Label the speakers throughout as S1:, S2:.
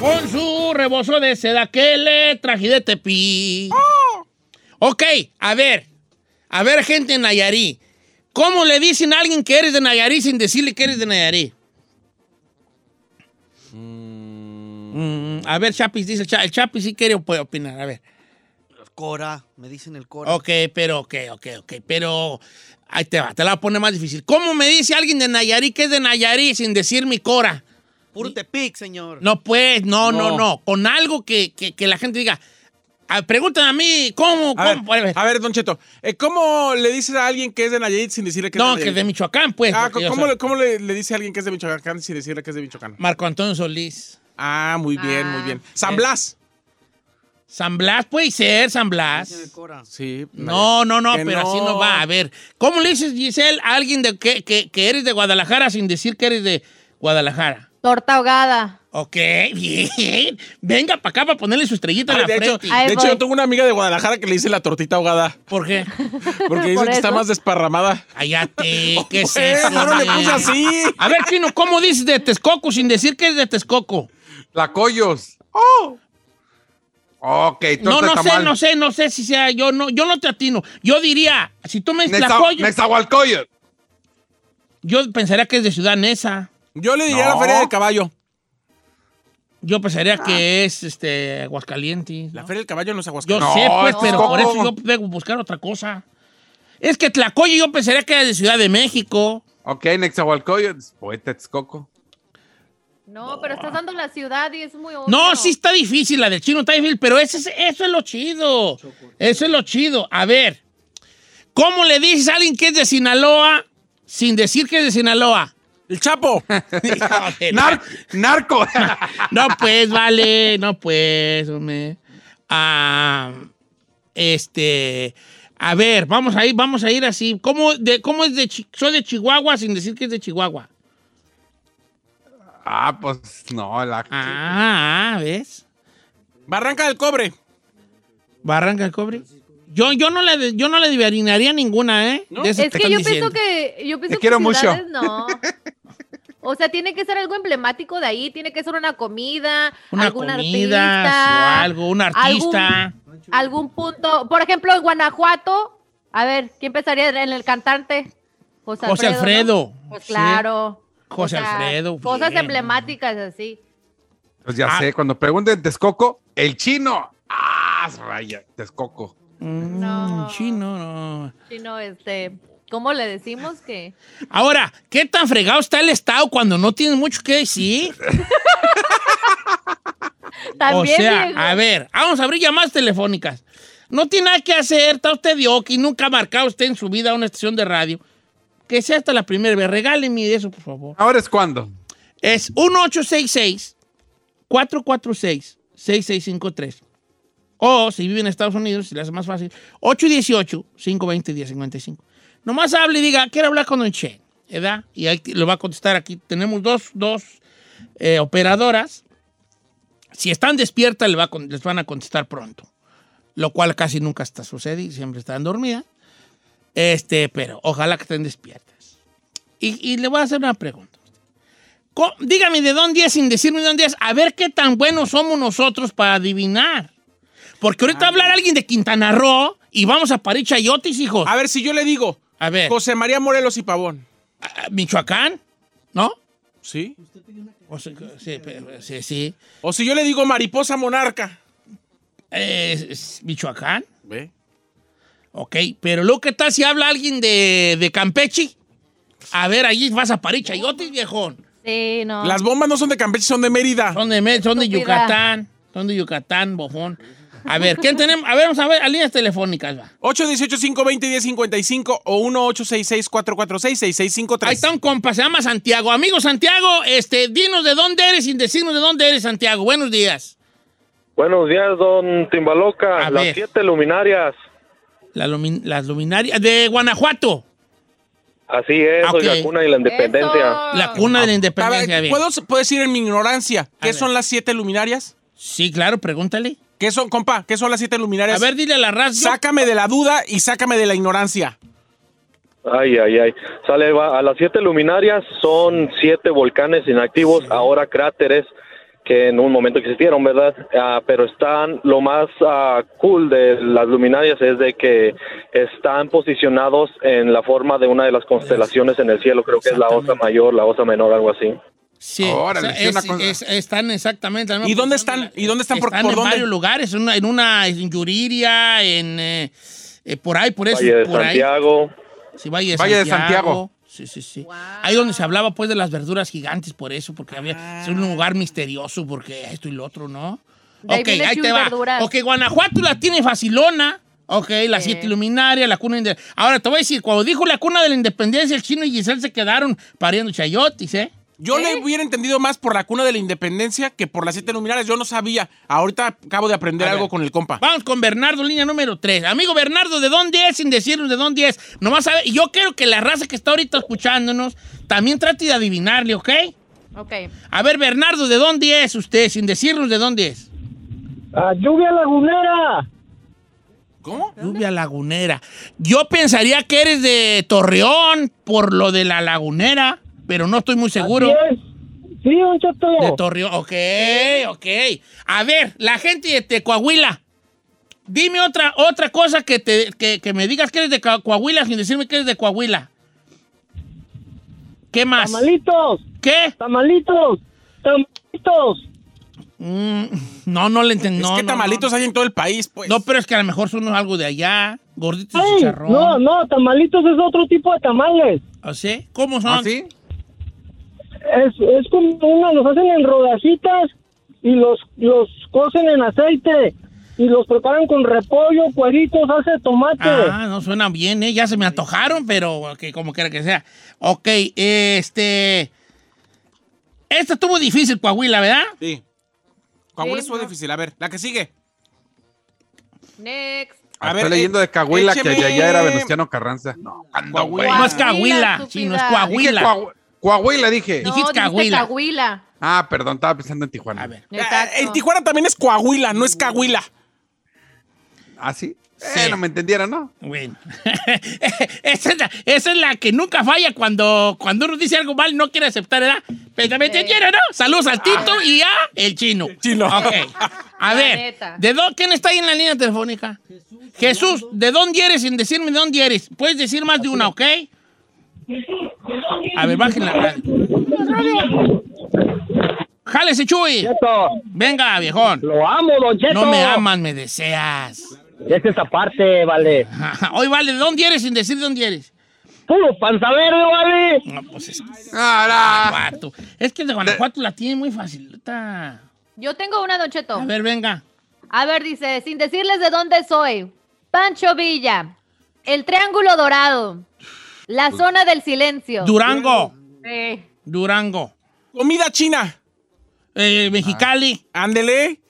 S1: Con su rebozo de seda que le traje de Tepi. Ok, a ver. A ver, gente en Nayarí. ¿Cómo le dicen a alguien que eres de Nayarí sin decirle que eres de Nayarí? Mm, a ver, Chapis dice, el Cha- el Chapis sí quiere op- opinar, a ver.
S2: Cora, me dicen el Cora.
S1: Ok, pero, ok, ok, ok, pero ahí te va, te la pone más difícil. ¿Cómo me dice alguien de Nayarí que es de Nayarí sin decir mi cora?
S2: Puro Tepic, señor.
S1: No, pues, no, no, no,
S3: No.
S1: con algo que, que- que la gente diga, ah, pregúntame a mí, ¿cómo?
S3: A ver,
S1: cómo? A ver,
S3: a ver, Don Cheto, eh, ¿cómo le dices a alguien que es de Nayarit sin decirle que
S1: no,
S3: es
S1: que
S3: de
S1: es de
S3: Nayarit?
S1: Michoacán, pues.
S3: Ah,
S1: porque yo
S3: ¿cómo,
S1: soy-
S3: le, ¿Cómo le, le dice a alguien que es de Michoacán sin decirle que es de Michoacán?
S1: Marco Antonio Solís.
S3: Ah, muy bien, muy bien. San
S1: Eh.
S3: Blas.
S1: San Blas puede ser, San Blas.
S2: Dicen el Cora.
S3: Sí.
S1: No, no, no,
S3: Que
S1: pero así no va. A ver, ¿cómo le dices, Giselle, a alguien de que, que- que eres de Guadalajara sin decir que eres de Guadalajara?
S4: Torta ahogada.
S1: Ok, bien. Venga para acá para ponerle su estrellita en
S3: Ay,
S1: la
S3: de hecho,
S1: frente.
S4: Ahí
S3: de hecho,
S4: voy.
S3: yo tengo una amiga de Guadalajara que le dice la tortita ahogada.
S1: ¿Por qué?
S3: Porque dice
S4: Por
S3: que está
S4: eso.
S3: más desparramada.
S1: Cállate, ¿qué es
S3: Eh,
S1: eso?
S3: yo no le
S1: güey?
S3: puse así.
S1: A ver, Chino, ¿cómo dices de Texcoco sin decir que es de Texcoco?
S5: Tlacoyos. Oh. Ok,
S1: No,
S5: torta
S1: no sé,
S5: tamal.
S1: no sé, no sé si sea yo, no, yo no te atino. Yo diría, si tú me dices
S5: Neza-
S1: Tlacoyo,
S5: Nezahualcóyotl.
S1: yo pensaría que es de Ciudad Neza.
S3: Yo le diría
S5: No.
S3: a la feria del caballo.
S1: Yo pensaría que es este Aguascalientes.
S3: La feria del caballo no es
S1: Yo
S3: Aguascalientes.
S5: No,
S1: sé, pues,
S5: es
S1: pero
S5: Texcoco.
S1: por eso yo debo buscar otra cosa. Es que Tlacoyo yo pensaría que era de Ciudad de México.
S5: Ok, Nexahualcoyo, después Texcoco.
S4: No, pero estás dando la ciudad y es muy obvio.
S1: No, sí está difícil, la del chino está difícil, pero ese es- eso es lo chido. Eso es lo chido. A ver, ¿cómo le dices a alguien que es de Sinaloa sin decir que es de Sinaloa?
S3: El Chapo.
S1: Joder.
S5: Nar- narco.
S1: no, pues, vale, no, pues, hombre. Ah, este, a ver, vamos a ir, vamos a ir así. ¿Cómo, de, cómo es de, Chi- soy de Chihuahua sin decir que es de Chihuahua?
S5: ah, pues no, la.
S1: Ah, ah, ¿ves?
S3: Barranca del Cobre.
S1: Barranca del Cobre. Yo, yo no le, yo no le adiviнаría ninguna, ¿eh?
S3: ¿No?
S1: De esas
S4: Es que
S1: están
S4: yo
S1: diciendo.
S4: pienso que. Yo pienso que
S5: quiero mucho.
S4: ciudades No. O sea, tiene que ser algo emblemático de ahí. Tiene que ser una comida,
S1: Una
S4: algún
S1: comida
S4: artista,
S1: o algo, un artista.
S4: algún punto. Por ejemplo, en Guanajuato. A ver, ¿quién empezaría en el cantante? José
S1: José
S4: ¿no?
S1: Alfredo.
S4: Pues
S1: sí.
S4: claro.
S1: José Alfredo,
S4: Cosas
S1: bien.
S4: emblemáticas así.
S5: Pues ya
S1: Ah.
S5: sé, cuando pregunten Texcoco, el chino. Ah, raya, Texcoco.
S1: Mm,
S4: No.
S1: Chino, no.
S4: Sino, este, ¿cómo le decimos que?
S1: Ahora, ¿qué tan fregado está el Estado cuando no tienes mucho que decir?
S4: También,
S1: o sea,
S4: Diego.
S1: a ver, vamos a abrir llamadas telefónicas. No tiene nada que hacer, está usted de oki, nunca ha marcado usted en su vida una estación de radio. Que sea hasta la primera vez. Regáleme eso, por favor.
S5: Ahora es cuando.
S1: Es 1866-446-6653. O si vive en Estados Unidos, si le hace más fácil, 818-520-1055. Nomás hable y diga, quiero hablar con Don Che, ¿verdad? Y ahí lo va a contestar aquí. Tenemos dos, dos eh, operadoras. Si están despiertas, le va a con- les van a contestar pronto. Lo cual casi nunca está sucede y siempre están dormidas. Este, pero ojalá que estén despiertas. Y, y le voy a hacer una pregunta. Co- Dígame de dónde es sin decirme de dónde es. A ver qué tan buenos somos nosotros para adivinar. Porque ahorita va a hablar alguien de Quintana Roo y vamos a parir chayotes, hijos.
S3: A ver, si yo le digo
S1: A ver,
S3: José María Morelos y Pavón.
S1: a- Michoacán, ¿no?
S3: ¿Sí?
S1: O sea, sí, pero- sí, sí.
S3: O si yo le digo Mariposa Monarca.
S1: Eh, es- es Michoacán,
S3: ¿Ve?
S1: ok. Pero luego, ¿qué tal si habla alguien de, de Campeche? A ver, allí vas a parir chayotes, viejón.
S4: Sí, no.
S3: Las bombas no son de Campeche, son de Mérida.
S1: Ah. Son de, Me- son de
S4: Estúpida.
S1: Yucatán, son de Yucatán, bojón. A ver, ¿quién tenemos? A ver, vamos a ver, a líneas telefónicas, va.
S3: 818-520-1055 o 1-866-446-6653.
S1: Ahí está un compa, se llama Santiago. Amigo Santiago, este, dinos de dónde eres sin decirnos de dónde eres, Santiago. Buenos días.
S6: Buenos días, don Timbaloca.
S1: A
S6: las
S1: ver.
S6: siete luminarias.
S1: La lumin- las luminarias de Guanajuato,
S6: Así es,
S1: Ah, ok.
S6: oiga, cuna y la independencia.
S4: Eso.
S1: la cuna de la
S3: Ah, A
S1: independencia.
S3: ver,
S1: bien.
S3: ¿puedo, puedo decir en mi ignorancia
S1: A
S3: qué
S1: ver.
S3: son las siete luminarias?
S1: Sí, claro, pregúntale.
S3: ¿Qué son, compa? ¿Qué son las siete
S1: A
S3: luminarias?
S1: ver, dile a la raza. yo-
S3: sácame de la duda y sácame de la ignorancia.
S6: Ay, ay, ay. Sale, va. A las siete luminarias son siete volcanes inactivos, ahora cráteres, que en un momento existieron, ¿verdad? Ah, pero están, lo más ah, cool de las luminarias es de que están posicionados en la forma de una de las constelaciones en el cielo, creo que es la osa
S1: Exactamente.
S6: mayor, la osa menor, algo así.
S1: Sí,
S5: Órale,
S1: o sea,
S5: sí, una
S1: es-
S5: cosa-
S1: es- están exactamente. en la
S3: ¿Y
S1: misma
S3: dónde
S1: posición.
S3: están? ¿Y dónde están? ¿Por-
S1: Están
S3: por
S1: en
S3: dónde?
S1: varios lugares, en una, en una en Yuriria, en eh, eh, por ahí, por eso,
S6: Valle de
S1: por ahí.
S6: Santiago.
S1: Sí, Valle de
S5: Valle de
S1: Santiago.
S5: Santiago.
S1: Sí, sí, sí. Ahí donde se hablaba pues de las verduras gigantes, por eso, porque había es un lugar misterioso, porque esto y lo otro, ¿no?
S4: Ah. De ahí
S1: ok,
S4: viene
S1: ahí
S4: Chun
S1: te va.
S4: Verduras.
S1: Ok, Guanajuato la tiene facilona. Ok, la
S4: Sí.
S1: siete luminaria, la cuna de... Ahora te voy a decir, cuando dijo la cuna de la independencia, el chino y Giselle se quedaron pariendo chayotis, ¿eh?
S3: Yo le hubiera entendido más por la cuna de la independencia que por las siete luminarias. Yo no sabía. Ahorita acabo de aprender
S1: A ver.
S3: algo con el compa.
S1: Vamos con Bernardo, línea número 3. Amigo Bernardo, ¿de dónde es? Sin decirnos de dónde es. Nomás sabe. Y yo quiero que la raza que está ahorita escuchándonos también trate de adivinarle, ¿ok?
S4: Ok.
S1: A ver, Bernardo, ¿de dónde es usted? Sin decirnos de dónde es.
S7: lluvia lagunera.
S3: ¿Cómo?
S1: Lluvia lagunera. Yo pensaría que eres de Torreón por lo de la lagunera, pero no estoy muy seguro.
S7: Sí, un
S1: De
S7: chato.
S1: Torreón, ok, ok. A ver, la gente de Te- Coahuila, dime otra, otra cosa que, te, que, que me digas que eres de Co- Coahuila sin decirme que eres de Coahuila. ¿Qué más?
S7: Tamalitos,
S1: ¿Qué?
S7: tamalitos, tamalitos.
S1: Mm, no, no le entendí.
S3: es que tamalitos hay en todo el país, pues.
S1: No, pero es que a lo mejor son algo de allá, gorditos de
S7: Ay,
S1: chicharrón.
S7: no, no, tamalitos es otro tipo de tamales.
S1: ¿O sí? ¿Cómo son?
S5: ¿Ah, sí?
S7: Es, es como una, los hacen en rodajitas y los, los cocen en aceite y los preparan con repollo, cueritos, salsa de tomate.
S1: Ah, no suena bien, ¿eh? Ya se me antojaron, pero que como quiera que sea. Ok, este. Esta estuvo difícil, Coahuila, ¿verdad?
S3: Sí. Coahuila
S4: Sí,
S3: estuvo
S4: no.
S3: difícil. A ver, la que sigue.
S4: Next.
S3: A ver,
S5: Ah, Estoy leyendo
S3: eh,
S5: de Cahuila que
S3: écheme-
S5: allá allá era Venustiano Carranza. No, cuando, güey.
S3: pues.
S1: No es Coahuila,
S4: Coahuila,
S1: sí, no es
S4: estúpida.
S5: Dije
S1: Coahuila.
S5: Coahu- Coahuila, dije.
S1: No.
S4: No,
S1: Dijiste
S4: dijiste
S1: Cahuila.
S4: Cahuila.
S5: Ah, perdón, estaba pensando en Tijuana.
S1: A ver.
S3: Ah,
S4: Exacto.
S3: En Tijuana también es Coahuila, no es Cahuila.
S5: ¿Ah, sí?
S1: Sí.
S5: Eh, no me entendieron, ¿no?
S1: Bueno, esa, es la, esa es la que nunca falla cuando, cuando uno dice algo mal y no quiere aceptar, ¿verdad? Pero también te quiero, ¿no? Saludos al Tito y a el chino.
S3: chino.
S1: Ok. A
S4: La
S1: ver,
S4: neta.
S1: ¿de dó- ¿quién está ahí en la línea telefónica? Jesús, ¿de dónde eres? Sin decirme de dónde eres. Puedes decir más de una, ¿ok? A ver, bajen la radio. Jálese, Chuy.
S7: Cheto,
S1: Venga, viejón.
S7: lo amo, don Cheto.
S1: No me amas, me deseas.
S7: Es esa parte, vale.
S1: Hoy vale, ¿de dónde eres? Sin decir de dónde eres.
S7: Puro panza verde, vale.
S1: No, pues es que
S5: ¡Ara!
S3: Ah.
S1: Guanajuato. Es que el de Guanajuato la tiene muy facilita.
S4: Yo tengo una, Don Cheto.
S1: A ver, venga.
S4: A ver, dice, sin decirles de dónde soy. Pancho Villa, el Triángulo Dorado, la
S1: Pues,
S4: zona del silencio.
S1: Durango.
S4: Sí.
S1: Durango.
S3: Comida china.
S1: Eh, Mexicali.
S3: Ah. Ándele.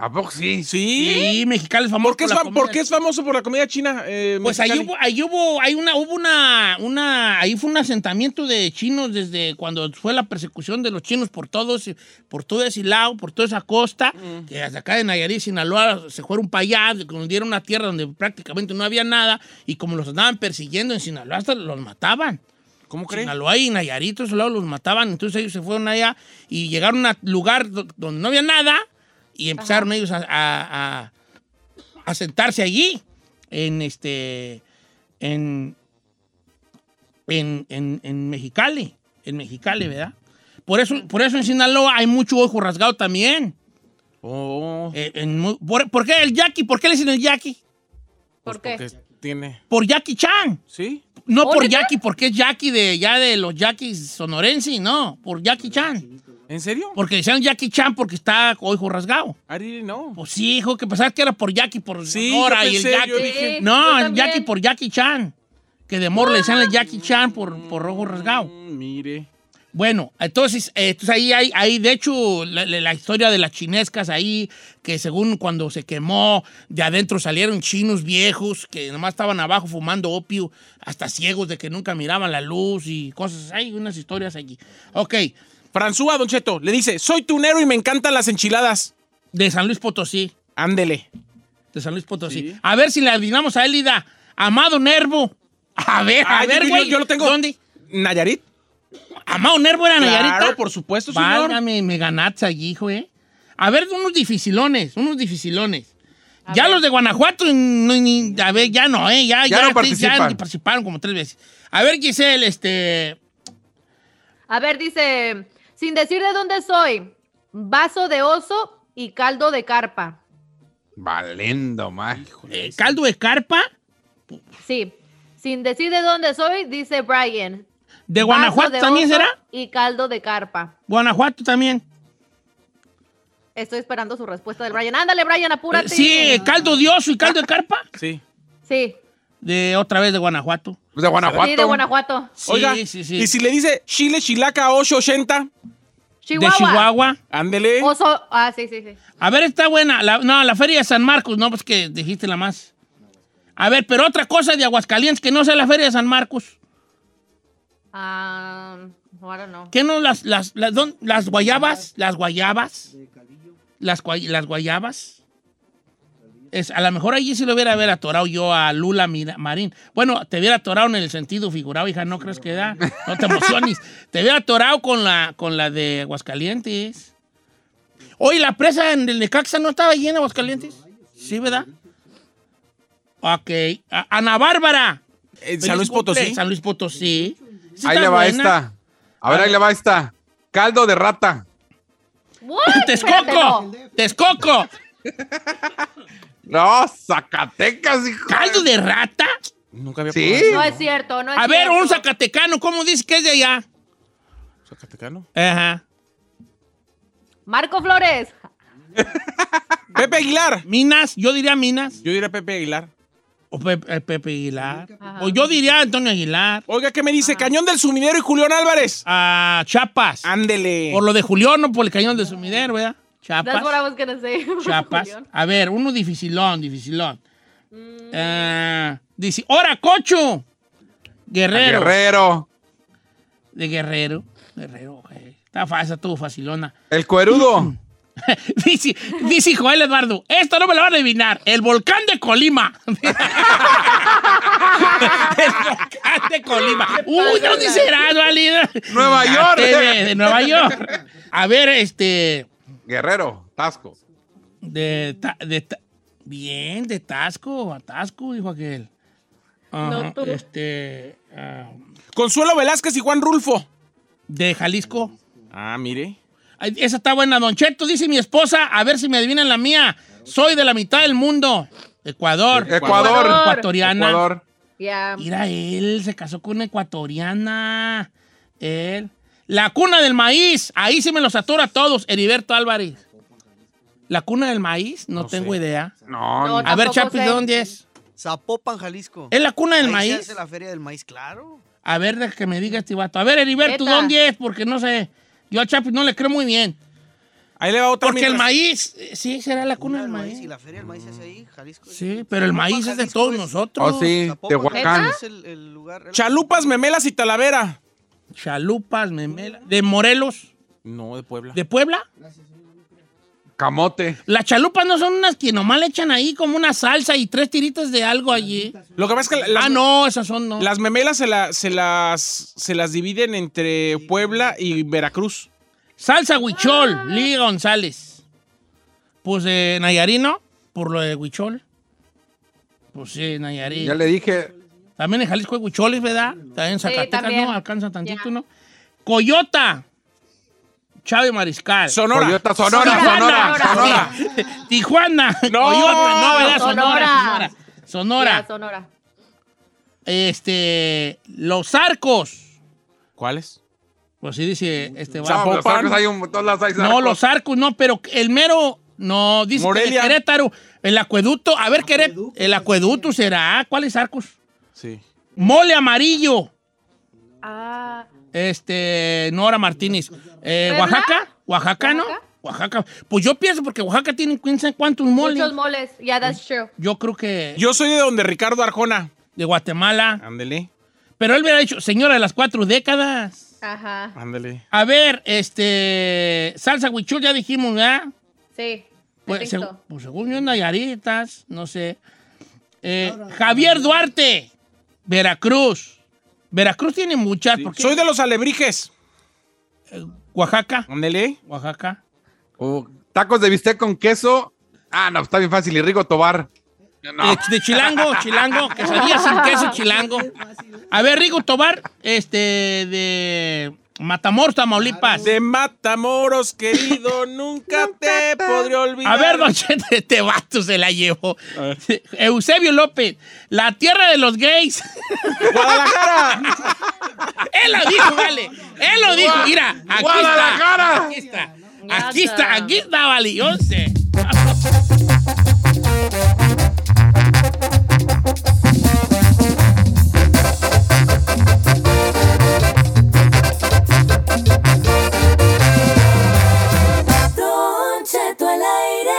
S5: ¿A poco sí?
S3: Sí.
S1: Sí, Mexicali es famoso.
S3: ¿Por qué, es
S1: la
S3: fam-
S1: comida.
S3: por qué es famoso por la comida china? eh,
S1: Pues ahí
S3: Mexicali?
S1: hubo, ahí hubo, ahí una, hubo una, una, ahí fue un asentamiento de chinos desde cuando fue la persecución de los chinos por todos, por todo ese lado, por toda esa costa, que hasta acá de Nayarit, Sinaloa, se fueron para allá, hundieron una tierra donde prácticamente no había nada, y como los andaban persiguiendo en Sinaloa, hasta los mataban.
S3: ¿Cómo crees?
S1: Sinaloa y Nayarit, todos lados los mataban, entonces ellos se fueron allá y llegaron a lugar do- donde no había nada y empezaron ellos a, a- a- a sentarse allí en este en en, en- en Mexicali, en Mexicali, ¿verdad? Por eso, por eso en Sinaloa hay mucho ojo rasgado también.
S3: Oh,
S1: Eh, en mu- por, por qué el Jackie? ¿Por qué le dicen el Jackie?
S4: ¿Por qué?
S3: Pues porque tiene.
S1: Por Jackie Chan.
S3: ¿Sí?
S1: No
S4: ¿Oh,
S1: por
S4: neta?
S1: Jackie, porque es Jackie de, ya de los Jackies sonorenses, no, por Jackie Chan.
S3: ¿En serio?
S1: Porque decían Jackie Chan porque está ojo rasgado.
S3: I didn't know.
S1: Pues sí, hijo, que pensabas que era por Jackie, por
S3: Sí,
S1: Sonora
S3: yo
S1: y el
S3: pensé,
S1: Jackie.
S3: yo dije-
S4: Sí, yo
S1: no, el
S4: también.
S1: Jackie por Jackie Chan. Que de amor le decían el Jackie Chan por, por ojo rasgado.
S3: Mm, mire.
S1: Bueno, entonces, eh, entonces ahí hay, ahí, de hecho, la, la- la historia de las chinescas ahí, que según cuando se quemó, de adentro salieron chinos viejos que nomás estaban abajo fumando opio, hasta ciegos de que nunca miraban la luz y cosas. Hay unas historias allí. Ok,
S3: Françúa, Don Cheto, le dice, soy tunero y me encantan las enchiladas.
S1: de San Luis Potosí,
S3: Ándele.
S1: de San Luis Potosí.
S3: Sí.
S1: A ver si le adivinamos a Elida. Amado Nervo. A ver, a
S3: Ah, yo-
S1: ver,
S3: yo-
S1: güey.
S3: yo lo tengo.
S1: ¿Dónde?
S3: ¿Nayarit?
S1: ¿A Mao Nervo era
S3: Claro,
S1: Nayarita?
S3: por supuesto, señor.
S1: Válgame, me ganaste allí, hijo, ¿eh? A ver, unos dificilones, unos dificilones. ya los de Guanajuato, no, ni- a ver, ya no, ¿eh? Ya,
S5: Ya no participan.
S1: ni participaron como tres veces. A ver, Giselle, este...
S4: A ver, dice, sin decir de dónde soy, vaso de oso y caldo de carpa.
S5: Valendo, más.
S3: Pues,
S1: eh, caldo de carpa
S4: Sí. Sin decir de dónde soy, dice Brian.
S1: de
S4: Vaso
S1: Guanajuato
S4: de
S1: también
S4: oso
S1: será.
S4: Y caldo de carpa.
S1: Guanajuato también.
S4: Estoy esperando su respuesta del Brian. Ándale, Brian, apúrate.
S1: Eh, sí, eh, caldo de oso y caldo de carpa.
S3: Sí.
S4: Sí,
S1: De otra vez de Guanajuato.
S5: pues De Guanajuato.
S4: sí, de Guanajuato.
S1: Sí,
S3: Oiga,
S1: sí, sí.
S3: y si le dice chile chilaca 880,
S1: de
S4: Chihuahua.
S1: Chihuahua.
S3: ándele.
S4: Oso. Ah, sí, sí, sí.
S1: A ver, está buena. La- no, la feria de San Marcos, no, pues que dijiste la más. A ver, pero otra cosa de Aguascalientes que no sea la feria de San Marcos.
S4: Ah, ahora no.
S1: ¿Qué no las, las, las, don- las guayabas? Las guayabas. Las, guay- las guayabas. Es, a lo mejor allí sí lo hubiera haber atorado yo a Lula Mira- Marín. Bueno, te hubiera atorado en el sentido figurado, hija, no crees que da. No te emociones. te hubiera atorado con la, con la de Aguascalientes. Oye, la presa en el Necaxa no estaba allí en Aguascalientes. Sí, ¿verdad? Ok. A- Ana Bárbara.
S3: En Eh, San Luis Potosí.
S1: San Luis Potosí. Sí
S5: Ahí
S1: está
S5: le va
S1: buena.
S5: esta. A ver,
S1: A
S5: ahí
S1: ver.
S5: le va esta. Caldo de rata.
S4: What?
S1: Este
S4: Espérate,
S1: ¡Texcoco!
S4: no.
S1: ¡Texcoco!
S5: No, Zacatecas, hijo.
S1: ¿Caldo de rata?
S3: Nunca había
S5: Sí.
S3: probado
S4: No es cierto, no es
S1: A ver,
S4: cierto.
S1: un zacatecano, ¿cómo dice que es de allá?
S3: eso. Zacatecano.
S1: Ajá.
S4: Marco Flores.
S3: Pepe Aguilar.
S1: Minas, yo diría Minas.
S3: Yo diría Pepe Aguilar.
S1: O Pe- eh, Pepe Aguilar.
S4: Ajá.
S1: O yo diría Antonio Aguilar.
S3: Oiga, ¿qué me dice?
S1: Ah.
S3: Cañón del Sumidero y Julián Álvarez.
S1: A Chapas.
S3: Ándele.
S1: Por lo de Julián, no por el cañón de sumidero, ¿verdad?
S4: That's what I
S1: Chapas.
S4: was gonna say.
S1: Chapas.
S4: Julián. Mm.
S1: A ver, uno dificilón, dificilón. Ah, dice, ¡Hora, cocho! Guerrero.
S5: Guerrero.
S1: De Guerrero. Guerrero, güey. Está fácil, estuvo facilona.
S5: El cuerudo.
S1: Mm. dice, dice Joel Eduardo, esto no me lo van a adivinar. El volcán de Colima. el volcán de Colima. Uy, ¿dónde será, Duali?
S5: Nueva York.
S1: De, de Nueva York. A ver, este.
S5: Guerrero. Tasco.
S1: De, ta- de ta- bien, de Tasco, Atasco, dijo aquel. Ajá,
S4: No, tú.
S1: Este. ah,
S3: Consuelo Velázquez y Juan Rulfo.
S1: de Jalisco.
S3: Ah, mire.
S1: Ay, Esa está buena, Don Cheto. Dice mi esposa, a ver si me adivinan la mía. Soy de la mitad del mundo. Ecuador.
S5: Ecuador.
S1: Ecuatoriana.
S5: Ecuador.
S4: Ya.
S1: Mira, él se casó con una ecuatoriana. Él. La cuna del maíz. Ahí sí me los atora a todos. Heriberto Álvarez. La cuna del maíz, no,
S3: No
S1: tengo
S3: sé.
S1: idea.
S5: No,
S4: No,
S1: A ver,
S4: tampoco
S1: Chapis, ¿de
S4: sé.
S1: dónde es?
S2: Zapopan, Jalisco.
S1: ¿Es la cuna del
S2: Ahí
S1: maíz?
S2: Se hace la feria del maíz, claro.
S1: A ver, deja que me diga este vato. A ver, Heriberto,
S4: Neta.
S1: ¿dónde es? Porque no sé. Yo a Chapis no le creo muy bien.
S3: Ahí le va otra.
S1: Porque el
S3: mientras-
S1: maíz, eh, sí, será la cuna del
S2: Y
S1: maíz.
S2: la feria del maíz se hace ahí, Jalisco.
S1: Sí, pero el maíz es de
S2: Jalisco
S1: todos
S2: es-
S1: nosotros.
S5: Oh, sí.
S2: Zapopan,
S5: Tehuacán.
S2: Jalisco es el, el lugar.
S3: Chalupas, Memelas y Talavera.
S1: Chalupas, memela. ¿De Morelos?
S3: No, de Puebla.
S1: ¿De Puebla?
S5: Camote.
S1: Las chalupas no son unas que nomás le echan ahí como una salsa y tres tiritas de algo allí.
S3: Lo que pasa es que la- las,
S1: Ah, no, esas son no.
S3: las memelas se, la- se las, se las dividen entre Puebla y Veracruz.
S1: Salsa
S4: Ah.
S1: huichol, Liga González. Pues eh, Nayarino, por lo de huichol. Pues sí, Nayarit.
S5: Ya le dije.
S1: También en Jalisco hay huicholes, ¿verdad? También en
S4: Sí,
S1: Zacatecas,
S4: también.
S1: ¿no? Alcanza tantito,
S4: Ya.
S1: ¿no? Coyota. Chávez Mariscal.
S3: Sonora.
S5: Coyota, Sonora,
S1: Sonora,
S5: Sonora,
S1: Sonora,
S5: Sonora.
S1: sí. Tijuana.
S3: No.
S1: Coyota, no, ¿verdad? Sonora.
S4: Sonora.
S1: Sonora.
S4: Ya,
S1: Sonora.
S4: Sonora.
S1: Este. Los arcos.
S3: ¿Cuáles?
S1: Pues sí dice este
S5: No,
S1: vato.
S5: los arcos hay un montón, las hay
S1: No,
S5: arcos.
S1: los arcos, no, pero el mero. No, dice que de
S3: Morelia.
S1: Querétaro. El acueducto. A ver, Querétaro. El acueducto será. ¿Cuáles arcos?
S3: Sí.
S1: Mole amarillo.
S4: Ah,
S1: Este, Nora Martínez. Eh,
S4: ¿Puebla?
S1: Oaxaca, Oaxaca, ¿no?
S4: ¿Oaxaca?
S1: Oaxaca. Pues yo pienso, porque Oaxaca tiene quién sabe cuántos moles.
S4: muchos moles. Ya, that's true.
S1: Yo creo que
S3: Yo soy de donde Ricardo Arjona.
S1: de Guatemala.
S3: Ándele,
S1: Pero él hubiera dicho, señora de las cuatro décadas.
S4: Ajá.
S3: ándele.
S1: A ver, este, salsa huichol, ya dijimos, ¿verdad?
S4: Sí.
S1: Pues,
S4: perfecto.
S1: seg- pues según yo, Nayaritas, no sé. Eh, Javier Duarte, Veracruz. Veracruz tiene muchas. porque
S3: Soy de los alebrijes.
S1: eh, Oaxaca.
S3: Ándele.
S1: Oaxaca.
S5: O Uh, tacos de bistec con queso. Ah, no, está bien fácil. Y Rigo Tobar. No.
S1: Eh, De, de chilango, chilango, quesadillas sin queso, chilango. A ver, Rigo Tobar, este, de Matamoros, Tamaulipas.
S3: De Matamoros, querido, nunca te podré olvidar.
S1: A ver, Don Chente, este vato se la llevó. Eusebio López, la tierra de los gays.
S3: Guadalajara.
S1: Él lo dijo, vale. Él lo dijo. Mira, aquí está.
S5: Guadalajara.
S1: Aquí está. Aquí está, aquí está, vale. Yo sé.
S8: Don Cheto al aire.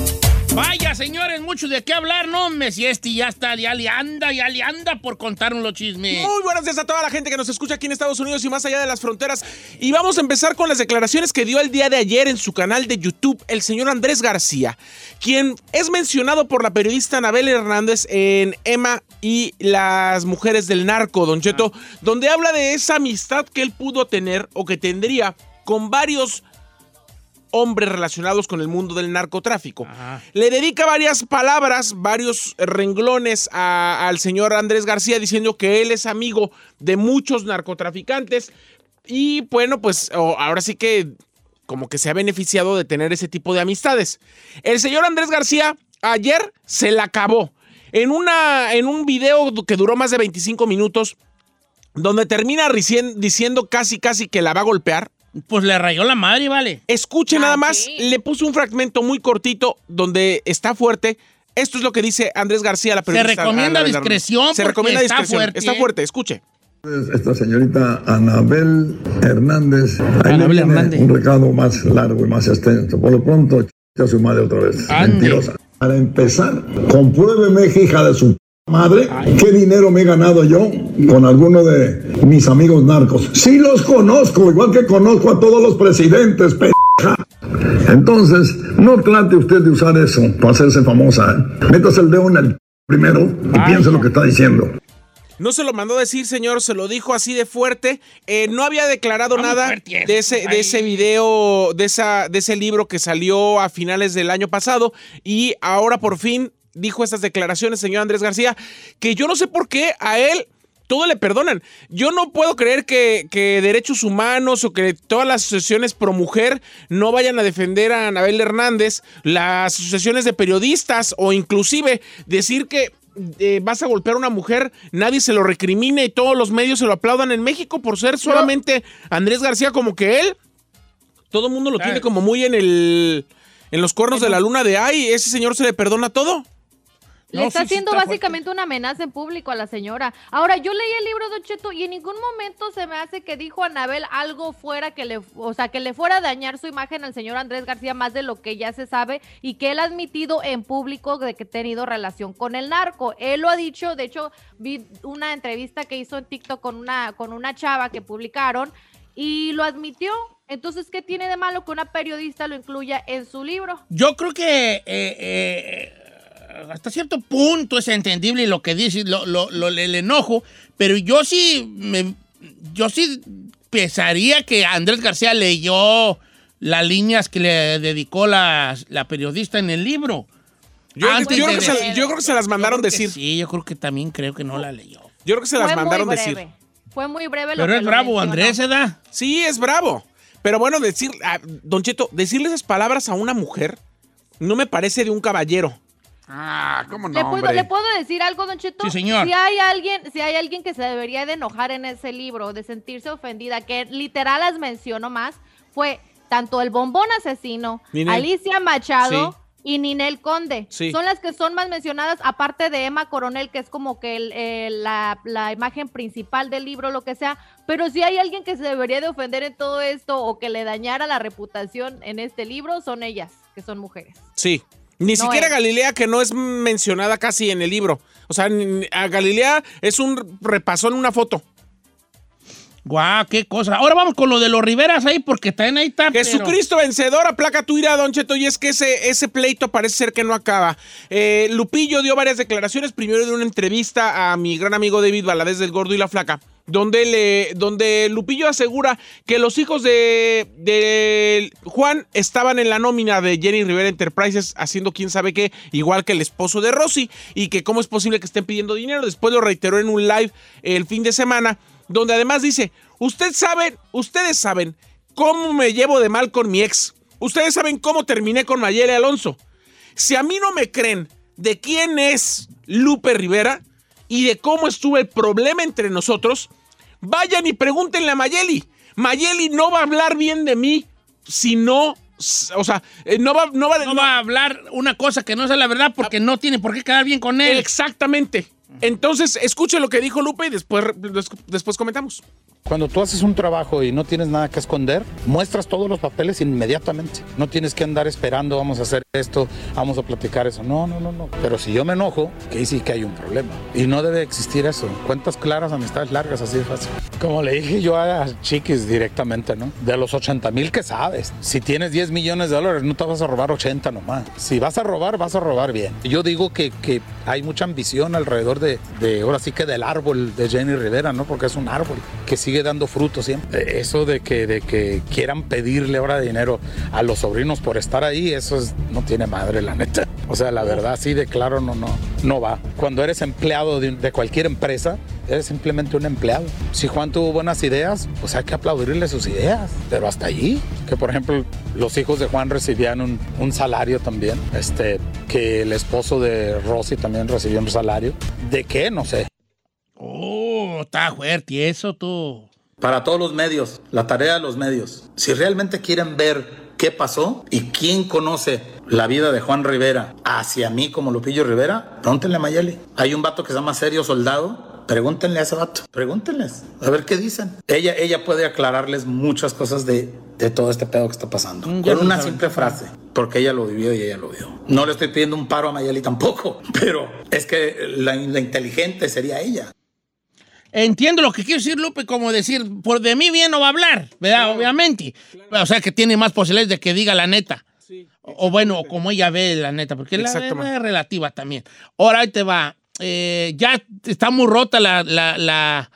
S1: Vaya, señores, mucho de qué hablar, no, hombre, si este ya está, ya le anda, ya le anda por contarnos los chismes.
S3: Muy buenos días a toda la gente que nos escucha aquí en Estados Unidos y más allá de las fronteras. Y vamos a empezar con las declaraciones que dio el día de ayer en su canal de YouTube el señor Andrés García, quien es mencionado por la periodista Anabel Hernández en Emma y las mujeres del narco, Don
S1: Ah.
S3: Cheto, donde habla de esa amistad que él pudo tener o que tendría con varios hombres relacionados con el mundo del narcotráfico.
S1: Ajá.
S3: Le dedica varias palabras, varios renglones a- al señor Andrés García diciendo que él es amigo de muchos narcotraficantes y bueno, pues o- ahora sí que como que se ha beneficiado de tener ese tipo de amistades. El señor Andrés García ayer se la acabó. En, una, en un video que duró más de 25 minutos, donde termina ricien- diciendo casi casi que la va a golpear,
S1: Pues le rayó la madre, vale.
S3: Escuche nada
S4: Ah,
S3: más,
S4: sí.
S3: le puse un fragmento muy cortito donde está fuerte. Esto es lo que dice Andrés García, la periodista.
S1: recomienda
S3: Ana Beltrán.
S1: discreción
S3: Se
S1: porque
S3: recomienda
S1: está
S3: discreción.
S1: fuerte,
S3: Está
S1: ¿eh?
S3: fuerte, escuche.
S9: Esta señorita Anabel Hernández. Ahí
S1: Anabel
S9: le viene
S1: Hernández.
S9: Un recado más largo y más extenso. Por lo pronto, ch- a su madre otra vez.
S1: Ande.
S9: Mentirosa. Para empezar, compruébeme, hija de su p- madre, qué dinero me he ganado yo con alguno de mis amigos narcos. Sí los conozco, igual que conozco a todos los presidentes, p- entonces, no trate usted de usar eso para hacerse famosa. ¿eh? Métase el dedo en el primero y piense lo que está diciendo.
S3: No se lo mandó decir, señor, se lo dijo así de fuerte. Eh, no había declarado
S1: Está muy
S3: nada
S1: fuerte esto.
S3: de ese,
S1: Ay.
S3: de ese video, de, esa, de ese libro que salió a finales del año pasado. Y ahora por fin dijo estas declaraciones, señor Andrés García, que yo no sé por qué a él todo le perdonan. Yo no puedo creer que, que derechos humanos o que todas las asociaciones pro mujer no vayan a defender a Anabel Hernández, las asociaciones de periodistas o inclusive decir que eh, vas a golpear a una mujer, nadie se lo recrimine y todos los medios se lo aplaudan en México por ser solamente Andrés García como que él. Todo el mundo lo
S1: Claro.
S3: tiene como muy en el... En los cuernos de la luna de ay, ese señor se le perdona todo.
S1: No,
S4: Le está
S1: sí, sí,
S4: haciendo
S1: está
S4: básicamente una amenaza en público a la señora. Ahora, yo leí el libro de Cheto y en ningún momento se me hace que dijo Anabel algo fuera que le, o sea, que le fuera a dañar su imagen al señor Andrés García más de lo que ya se sabe y que él ha admitido en público de que ha tenido relación con el narco. Él lo ha dicho, de hecho, vi una entrevista que hizo en TikTok con una, con una chava que publicaron y lo admitió. Entonces, ¿qué tiene de malo que una periodista lo incluya en su libro?
S1: Yo creo que eh, eh, hasta cierto punto es entendible lo que dice, lo, lo- lo- el enojo, pero yo sí, me, yo sí pensaría que Andrés García leyó las líneas que le dedicó la, la periodista en el libro.
S3: Yo,
S1: Antes
S3: yo
S1: de
S3: creo, que se,
S1: decir-
S3: yo creo que se las mandaron
S1: Yo creo que
S3: decir.
S1: Sí, yo creo que también creo que no la leyó.
S3: Yo creo que se las
S4: Fue muy
S3: mandaron
S4: breve.
S3: decir.
S4: Fue muy breve lo
S1: Pero
S4: que
S1: es
S4: lo
S1: bravo,
S4: mencionó.
S1: Andrés, ¿eh, ¿verdad?
S3: Sí, es bravo. Pero bueno, decir, a- Don Cheto, decirle esas palabras a una mujer no me parece de un caballero.
S5: Ah, ¿cómo no,
S4: ¿Le puedo,
S5: hombre?
S4: ¿Le puedo decir algo, Don Cheto?
S1: Sí, señor.
S4: Si hay alguien, si hay alguien que se debería de enojar en ese libro, de sentirse ofendida, que literal las menciono más, fue tanto el bombón asesino,
S3: Ninel.
S4: Alicia Machado
S3: Sí.
S4: y Ninel Conde.
S3: Sí.
S4: Son las que son más mencionadas, aparte de Emma Coronel, que es como que el- eh, la, la imagen principal del libro, lo que sea. Pero si hay alguien que se debería de ofender en todo esto o que le dañara la reputación en este libro, son ellas, que son mujeres.
S3: Sí. Ni
S4: No
S3: siquiera
S4: es.
S3: Galilea, que no es mencionada casi en el libro. O sea, ni- a Galilea es un repasón, una foto.
S1: Guau, qué cosa. Ahora vamos con lo de los Riveras ahí, porque también ahí está. pero-
S3: Jesucristo vencedor, aplaca tu ira, Don Cheto, y es que ese, ese pleito parece ser que no acaba. Eh, Lupillo dio varias declaraciones, primero de una entrevista a mi gran amigo David Valadez del Gordo y la Flaca, donde, le, donde Lupillo asegura que los hijos de, de Juan estaban en la nómina de Jenny Rivera Enterprises haciendo quién sabe qué, igual que el esposo de Rosy, y que cómo es posible que estén pidiendo dinero. Después lo reiteró en un live el fin de semana, donde además dice, usted sabe, ustedes saben cómo me llevo de mal con mi ex. Ustedes saben cómo terminé con Mayele Alonso. Si a mí no me creen de quién es Lupe Rivera y de cómo estuvo el problema entre nosotros, vayan y pregúntenle a Mayeli. Mayeli no va a hablar bien de mí si no, o sea, eh, no va, no va,
S1: No va a hablar una cosa que no sea la verdad porque no tiene por qué quedar bien con él.
S3: Exactamente. Entonces, escuche lo que dijo Lupe y después, después comentamos.
S10: Cuando tú haces un trabajo y no tienes nada que esconder, muestras todos los papeles inmediatamente. No tienes que andar esperando, vamos a hacer esto, vamos a platicar eso. No, no, no, no. Pero si yo me enojo, que ahí sí que hay un problema. Y no debe existir eso. Cuentas claras, amistades largas, así de fácil. Como le dije yo a Chiquis directamente, ¿no? De los 80 mil que sabes. Si tienes 10 millones de dólares, no te vas a robar 80 nomás. Si vas a robar, vas a robar bien. Yo digo que, que hay mucha ambición alrededor de, de, ahora sí que del árbol de Jenny Rivera, ¿no? Porque es un árbol que sigue dando frutos siempre. Eh, Eso de que, de que quieran pedirle ahora dinero a los sobrinos por estar ahí, eso es- no tiene madre, la neta. O sea, la verdad, sí, de claro, no, no, no va. Cuando eres empleado de, de cualquier empresa, eres simplemente un empleado. Si Juan tuvo buenas ideas, pues hay que aplaudirle sus ideas. Pero hasta allí, que por ejemplo, los hijos de Juan recibían un, un salario también, este, que el esposo de Rosy también recibió un salario. ¿De qué? No sé.
S1: Oh, está fuerte eso tú.
S10: Para todos los medios, la tarea de los medios. Si realmente quieren ver qué pasó y quién conoce la vida de Juan Rivera hacia mí como Lupillo Rivera, pregúntenle a Mayeli. Hay un vato que se llama Serio Soldado. Pregúntenle a ese vato, pregúntenles, a ver qué dicen. Ella, ella puede aclararles muchas cosas de, de todo este pedo que está pasando.
S1: Mm, ya
S10: Con
S1: lo
S10: una
S1: saben.
S10: simple frase, porque ella lo vivió y ella lo vio. No le estoy pidiendo un paro a Mayeli tampoco, pero es que la- la inteligente sería ella.
S1: Entiendo lo que quiere decir Lupe, como decir, por de mí bien no va a hablar, ¿verdad? Obviamente. O sea, que tiene más posibilidades de que diga la neta. o o bueno, o como ella ve la neta, porque la
S3: Exactamente.
S1: verdad es relativa también. Ahora ahí te va. Eh, ya está muy rota la, la, la,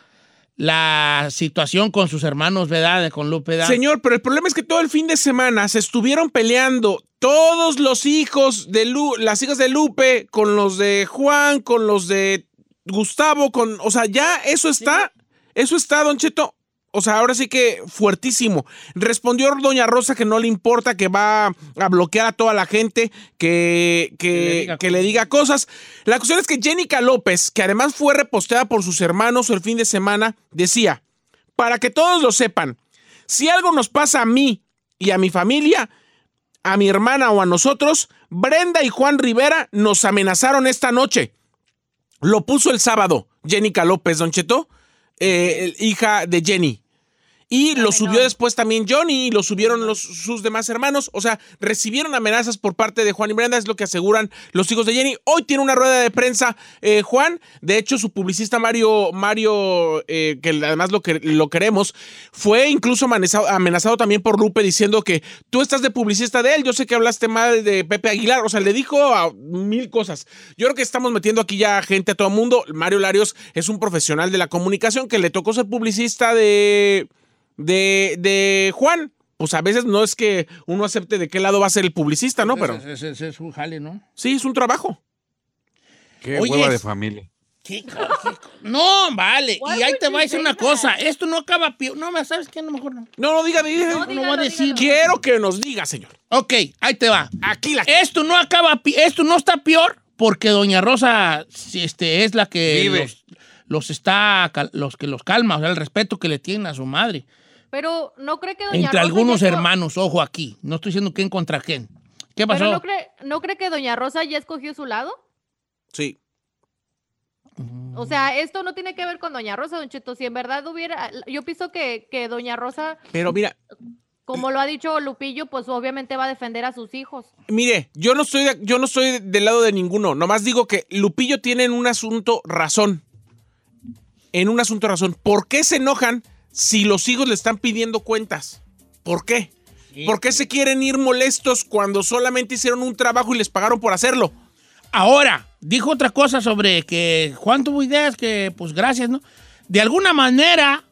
S1: la situación con sus hermanos, ¿verdad? Con Lupe, ¿verdad?
S3: Señor, pero el problema es que todo el fin de semana se estuvieron peleando todos los hijos de Lu, las hijas de Lupe, con los de Juan, con los de Gustavo, con, o sea, ya eso está, eso está, Don Cheto. O sea, ahora sí que fuertísimo. Respondió Doña Rosa que no le importa, que va a bloquear a toda la gente, que, que- que le diga cosas. La cuestión es que Jenica López, que además fue reposteada por sus hermanos el fin de semana, decía, para que todos lo sepan, si algo nos pasa a mí y a mi familia, a mi hermana o a nosotros, Brenda y Juan Rivera nos amenazaron esta noche. Lo puso el sábado Jenica López, Don Cheto, eh, hija de Jenny. Y lo subió después también Johnny y lo subieron los- sus demás hermanos. O sea, recibieron amenazas por parte de Juan y Brenda, es lo que aseguran los hijos de Jenny. Hoy tiene una rueda de prensa eh, Juan. De hecho, su publicista Mario, Mario eh, que además lo, que, lo queremos, fue incluso amenazado, amenazado también por Lupe diciendo que tú estás de publicista de él. Yo sé que hablaste mal de Pepe Aguilar. O sea, le dijo a mil cosas. Yo creo que estamos metiendo aquí ya gente a todo mundo. Mario Larios es un profesional de la comunicación que le tocó ser publicista de de, de Juan. Pues a veces no es que uno acepte de qué lado va a ser el publicista, ¿no? Pero
S1: Ese- ese- ese es un jale, ¿no?
S3: sí, es un trabajo.
S5: Qué
S1: Oye,
S5: hueva
S1: es-
S5: de familia.
S1: ¿Qué cosa? No, vale. Y ahí te va a decir una cosa. Esto no acaba. pi- No, ¿sabes qué? A lo mejor no.
S3: No, no, diga, diga.
S1: No, no voy a decir.
S3: Quiero que nos diga, señor.
S1: Ok, ahí te va.
S3: Aquí la.
S1: Esto no acaba. pi- Esto no está peor porque Doña Rosa si este, es la que
S5: Vive.
S1: Los, los está. cal- Los que los calma. O sea, el respeto que le tienen a su madre.
S4: Pero no cree que Doña
S1: Entre
S4: Rosa
S1: algunos
S4: ya esco-
S1: hermanos, ojo aquí. No estoy diciendo quién contra quién. ¿Qué
S4: pero
S1: pasó?
S4: no cree, no cree que Doña Rosa ya escogió su lado.
S3: Sí.
S4: O
S1: Mm.
S4: sea, esto no tiene que ver con Doña Rosa, Don Cheto. Si en verdad hubiera. Yo pienso que, que Doña Rosa,
S3: Pero mira,
S4: como lo ha dicho Lupillo, pues obviamente va a defender a sus hijos.
S3: mire, yo no estoy, de- yo no estoy del lado de ninguno. Nomás digo que Lupillo tiene en un asunto razón. En un asunto razón. ¿Por qué se enojan si los hijos le están pidiendo cuentas? ¿Por qué? ¿Por qué se quieren ir molestos cuando solamente hicieron un trabajo y les pagaron por hacerlo?
S1: Ahora, dijo otra cosa sobre que Juan tuvo ideas que, pues gracias, ¿no? De alguna manera,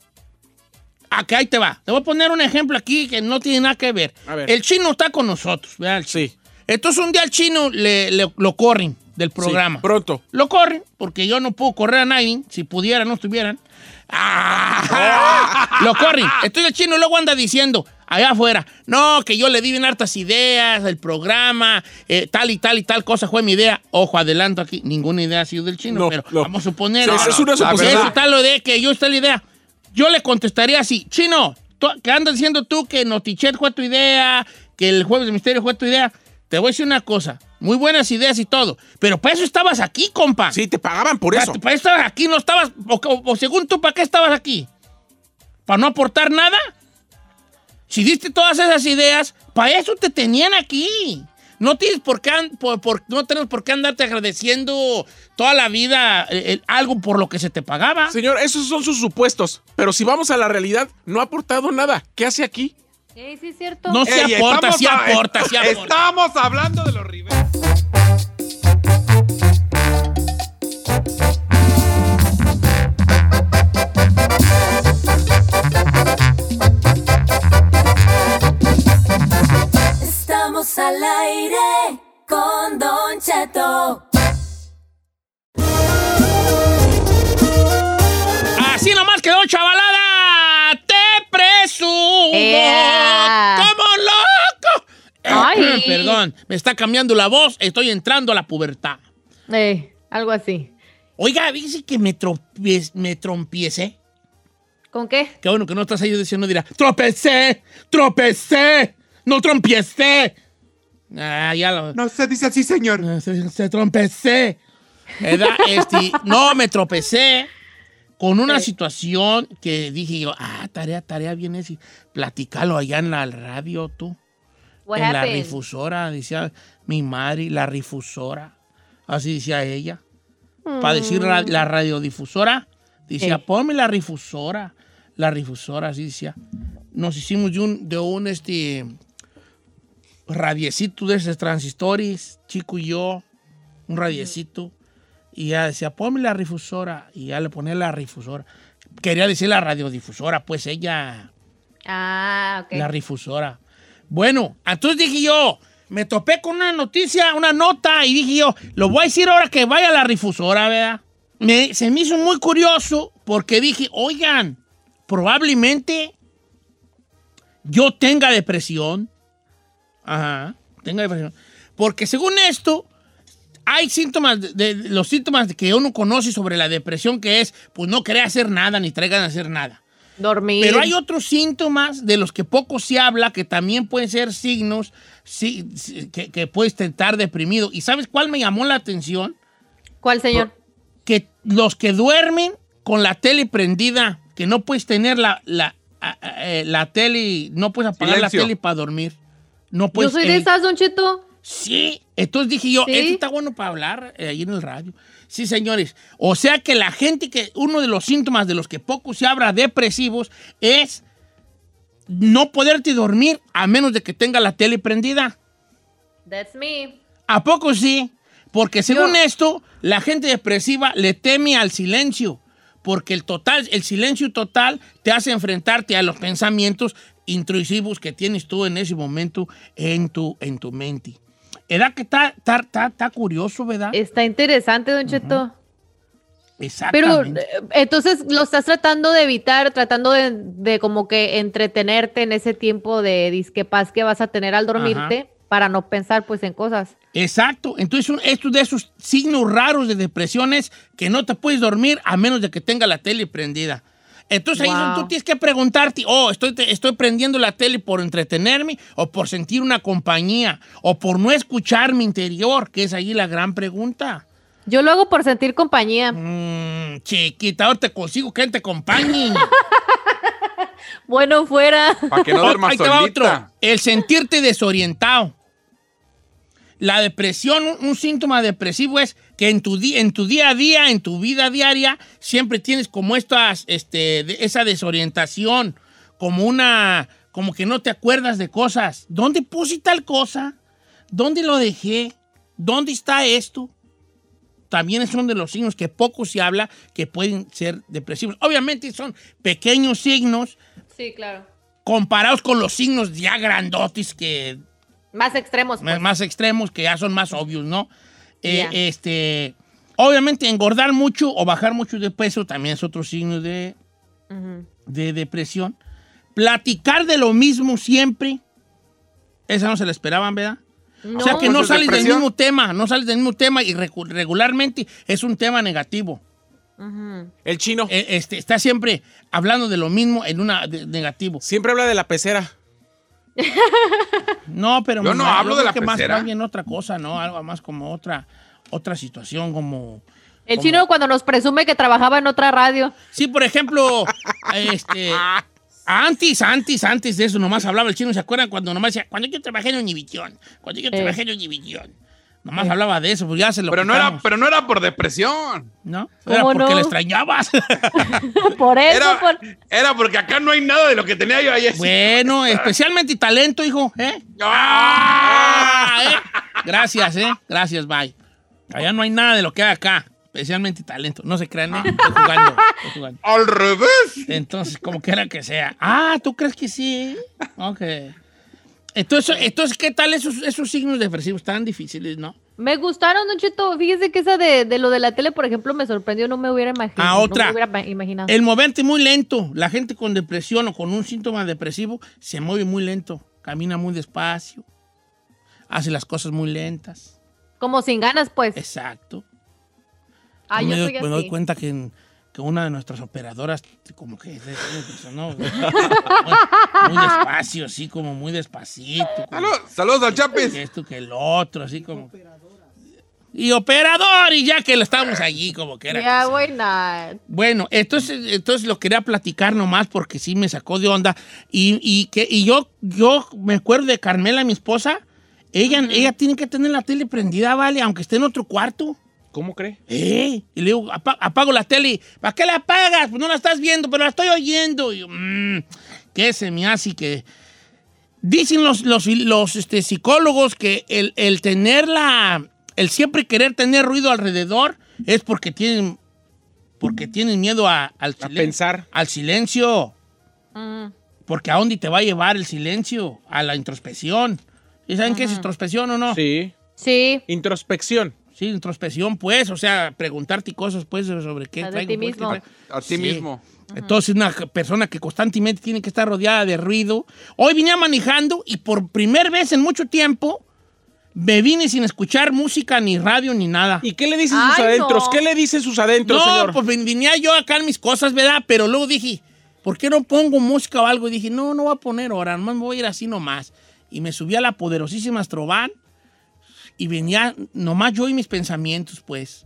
S1: a que ahí te va. Te voy a poner un ejemplo aquí que no tiene nada que ver.
S3: A ver.
S1: El chino está con nosotros, ¿verdad? El chino. Entonces un día al chino le, le- lo corren del programa.
S3: pronto.
S1: Lo corren, porque yo no puedo correr a nadie. Si pudiera, no estuvieran. ¡Ah! lo corren. Entonces el chino luego anda diciendo, allá afuera, no, que yo le di bien hartas ideas, el programa, eh, tal y tal y tal cosa fue mi idea. Ojo, adelanto aquí, ninguna idea ha sido del chino, pero vamos a suponer.
S3: No, Esa es no, una la suposición.
S1: Si
S3: verdad.
S1: eso está lo de que yo está la idea. Yo le contestaría así, chino, tú- que andas diciendo tú que Notichet fue tu idea, que el Jueves de Misterio fue tu idea. Te voy a decir una cosa, muy buenas ideas y todo, pero para eso estabas aquí, compa.
S3: Sí, te pagaban por eso.
S1: Para eso estabas aquí, no estabas, o, o- o según tú, ¿para qué estabas aquí? ¿Para no aportar nada? Si diste todas esas ideas, para eso te tenían aquí. No tienes por qué, an- por- por- no tenemos por qué andarte agradeciendo toda la vida eh, eh, algo por lo que se te pagaba.
S3: Señor, esos son sus supuestos, pero si vamos a la realidad, no ha aportado nada. ¿Qué hace aquí?
S4: Sí, sí, es cierto.
S1: No se
S3: Ey,
S1: aporta,
S3: estamos
S1: sí
S3: a-
S1: aporta, sí aporta.
S5: Estamos hablando de los Rivera.
S8: Estamos al aire con Don Cheto.
S1: Así nomás quedó, chavalada. Te presumo.
S4: Ea.
S1: ¡Como loco! Eh,
S4: Ay.
S1: Perdón, me está cambiando la voz. Estoy entrando a la pubertad.
S4: Eh, algo así.
S1: Oiga, dice que me, tropie- me trompiece.
S4: ¿Con qué?
S1: Qué bueno que no estás ahí diciendo, dirá, tropecé, tropecé, no trompiecé. Ah, ya lo...
S5: No se dice así, señor.
S1: Eh, Se, se trompecé. ¿Verdad? Este, no, me tropecé con una situación que dije yo, ah, tarea, tarea, viene y platícalo allá en la radio tú.
S4: What
S1: en la
S4: happened?
S1: rifusora, decía mi madre, la rifusora. Así decía ella. Para decir ra-
S4: Mm.
S1: la radiodifusora, decía,
S4: Ey.
S1: ponme la rifusora. La rifusora, así decía. Nos hicimos de un, de un este, radiecito de esos transistores, chico y yo, un
S4: Mm.
S1: radiecito. Y ya decía, ponme la rifusora. Y ya le ponía la rifusora. Quería decir la radiodifusora, pues ella.
S4: Ah, ok.
S1: La rifusora. Bueno, entonces dije yo, me topé con una noticia, una nota, y dije yo, lo voy a decir ahora que vaya a la rifusora, ¿verdad? Me- se me hizo muy curioso porque dije, oigan, probablemente yo tenga depresión. Ajá, tenga depresión. Porque según esto, hay síntomas, de, de- los síntomas que uno conoce sobre la depresión, que es, pues no querer hacer nada, ni traigan a hacer nada.
S4: Dormir.
S1: Pero hay otros síntomas de los que poco se habla que también pueden ser signos sí, sí, que, que puedes estar deprimido. ¿Y sabes cuál me llamó la atención?
S4: ¿Cuál, señor?
S1: Que los que duermen con la tele prendida, que no puedes tener la, la, a- a- eh, la tele, no puedes apagar
S5: Silencio.
S1: la tele para dormir. No puedes
S4: Yo soy de
S1: eh,
S4: esas, Don Cheto.
S1: Sí, entonces dije yo,
S4: Sí.
S1: esto está bueno para hablar eh, ahí en el radio. Sí, señores. O sea que la gente que uno de los síntomas de los que poco se habla depresivos es no poderte dormir a menos de que tenga la tele prendida.
S4: That's me.
S1: ¿A poco sí? Porque según
S4: Yo-
S1: esto, la gente depresiva le teme al silencio, porque el total, el silencio total te hace enfrentarte a los pensamientos intrusivos que tienes tú en ese momento en tu, en tu mente. Edad que está, está, está- está curioso, ¿verdad?
S4: Está interesante, Don Cheto. Pero
S1: Exactamente.
S4: eh, entonces lo estás tratando de evitar, tratando de, de como que entretenerte en ese tiempo de disque paz que vas a tener al dormirte para no pensar pues en cosas.
S1: Exacto. Entonces, un- esto de esos signos raros de depresiones que no te puedes dormir a menos de que tenga la tele prendida. Entonces, ahí es donde
S4: Wow.
S1: tú tienes que preguntarte, oh, estoy, te- estoy prendiendo la tele por entretenerme o por sentir una compañía o por no escuchar mi interior, que es ahí la gran pregunta.
S4: Yo lo hago por sentir compañía.
S1: Mm, chiquita, ahora te consigo que te acompañe.
S4: Bueno, fuera.
S5: Para que no duermas
S1: Ahí te va
S5: solita.
S1: otro. El sentirte desorientado. La depresión, un, un síntoma depresivo es que en tu, di- en tu día a día, en tu vida diaria, siempre tienes como estas, este, de- esa desorientación, como una, como que no te acuerdas de cosas. ¿Dónde puse tal cosa? ¿Dónde lo dejé? ¿Dónde está esto? También son de los signos que poco se habla que pueden ser depresivos. Obviamente son pequeños signos
S4: Sí, claro.
S1: comparados con los signos ya grandotes que
S4: Más extremos.
S1: más,
S4: pues.
S1: más extremos que ya son más obvios, ¿no? Eh,
S4: Ya.
S1: Este, obviamente engordar mucho o bajar mucho de peso también es otro signo de,
S4: Ujú.
S1: de depresión. Platicar de lo mismo siempre, esa no se la esperaban, ¿verdad?
S4: No.
S1: O sea que
S5: Pues
S1: no
S5: es
S1: sales del
S5: depresión.
S1: mismo tema, no sales del mismo tema y recu- regularmente es un tema negativo.
S4: Ujú.
S3: El chino
S1: Eh, este, está siempre hablando de lo mismo en una de- negativo.
S3: siempre habla de la pecera.
S1: No, pero
S5: Yo no hablo de
S1: creo
S5: la
S1: que más,
S5: pecera.
S1: más bien otra cosa, ¿no? Algo más como otra otra situación como
S4: El
S1: ¿Cómo?
S4: chino cuando nos presume que trabajaba en otra radio.
S1: Sí, por ejemplo, este antes, antes, antes de eso nomás hablaba el chino, ¿se acuerdan cuando nomás decía, cuando yo trabajé en Univision, cuando yo
S4: Eh.
S1: trabajé en Univision? Nomás hablaba de eso, pues ya se lo
S5: Pero no, era,
S1: quitamos,
S5: pero no era por depresión.
S1: ¿no?
S4: ¿Cómo
S1: Era porque
S4: no?
S1: le extrañabas.
S4: por eso,
S5: Era,
S4: por...
S5: era porque acá no hay nada de lo que tenía yo ayer.
S1: bueno, especialmente talento, hijo, ¿eh?
S5: ¡Ah!
S1: Ah, ¿eh? Gracias, ¿eh? Gracias, bye. Allá no hay nada de lo que hay acá. Especialmente talento. No se crean, ¿eh? Estoy jugando. Estoy jugando.
S5: Al revés.
S1: Entonces, como quiera que sea. Ah, ¿tú crees que sí? Ok. Entonces, entonces ¿qué tal esos, esos signos depresivos tan difíciles, no?
S4: Me gustaron, Don Cheto. Fíjese que esa de, de lo de la tele, por ejemplo, me sorprendió. No me hubiera imaginado.
S1: Ah, otra.
S4: No me hubiera ma- imaginado.
S1: El moverte muy lento. La gente con depresión o con un síntoma depresivo se mueve muy lento. Camina muy despacio. Hace las cosas muy lentas.
S4: Como sin ganas, pues.
S1: Exacto.
S4: ah,
S1: me,
S4: yo
S1: doy-
S4: soy
S1: me doy
S4: así.
S1: cuenta que, en- que una de nuestras operadoras, como que es de- es de- ¿no? muy, despacio, así como muy despacito. como-
S5: Salud- saludos al
S1: que
S5: Chapis.
S1: esto, que el otro, así como. Y operador, y ya que lo estamos allí, como que era.
S4: Ya,
S1: que sí.
S4: buena.
S1: Bueno, entonces, entonces lo quería platicar nomás porque sí me sacó de onda. Y, y que, y yo, yo me acuerdo de Carmela, mi esposa. Ella, ella tiene que tener la tele prendida, ¿vale? Aunque esté en otro cuarto.
S3: ¿Cómo cree?
S1: ¿Eh? Y le digo, "Apa- apago la tele. ¿Para qué la apagas? Pues no la estás viendo, pero la estoy oyendo. Y yo, "Mm, ¿Qué se me hace que...? Dicen los, los, los, este, psicólogos que el, el tener la... El siempre querer tener ruido alrededor es porque tienen... Porque tienen miedo a- al,
S3: A
S1: silen-
S3: pensar.
S1: al silencio.
S4: Mm.
S1: Porque a dónde te va a llevar el silencio. A la introspección. ¿Y saben qué es introspección o no?
S3: Sí.
S4: Sí.
S3: Introspección.
S1: Sí, introspección, pues, o sea, preguntarte cosas, pues, sobre qué
S4: La de
S1: traigo,
S4: ti
S1: pues,
S4: mismo.
S1: qué traigo.
S5: A ti
S1: Sí.
S5: mismo.
S1: Entonces, una persona que constantemente tiene que estar rodeada de ruido. Hoy venía manejando y por primera vez en mucho tiempo me vine sin escuchar música, ni radio, ni nada.
S3: ¿Y qué le dicen sus
S4: Ay,
S3: adentros?
S4: no.
S3: ¿Qué le dicen sus adentros,
S1: no,
S3: señor?
S1: pues vin- venía yo acá en mis cosas, ¿verdad? Pero luego dije, ¿por qué no pongo música o algo? Y dije, no, no voy a poner ahora, nomás me voy a ir así nomás. Y me subí a la poderosísima Astrovan y venía nomás yo y mis pensamientos, pues,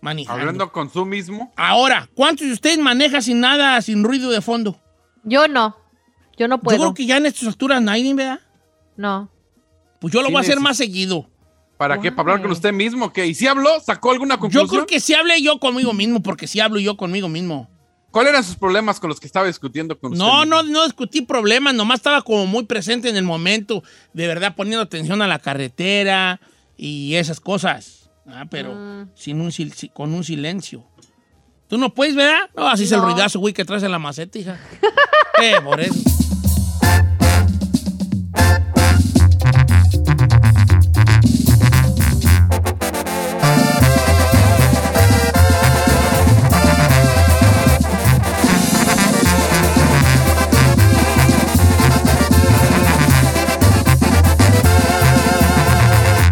S1: manejando.
S5: Hablando con su mismo.
S1: Ahora, ¿cuántos de ustedes manejan sin nada, sin ruido de fondo?
S4: Yo no. Yo no
S1: Yo creo
S4: puedo.
S1: que ya en estas alturas nadie, ¿verdad?
S4: No.
S1: Pues yo lo
S5: Sí,
S1: voy a hacer
S5: neces-
S1: más seguido.
S5: ¿Para qué? ¿Para hablar con usted mismo? ¿Qué? ¿Y si habló? ¿Sacó alguna conclusión?
S1: Yo creo que si hablé yo conmigo mismo, porque si hablo yo conmigo mismo.
S5: ¿Cuáles eran sus problemas con los que estaba discutiendo con usted?
S1: No,
S5: mismo?
S1: no, no discutí problemas, nomás estaba como muy presente en el momento, de verdad poniendo atención a la carretera y esas cosas. Ah, pero sin un, sil- si- con un silencio. Tú no puedes, ¿verdad? No, así es el
S4: No.
S1: ruidazo, güey, que traes en la maceta, hija. Eh, por eso.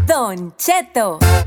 S8: Don Cheto.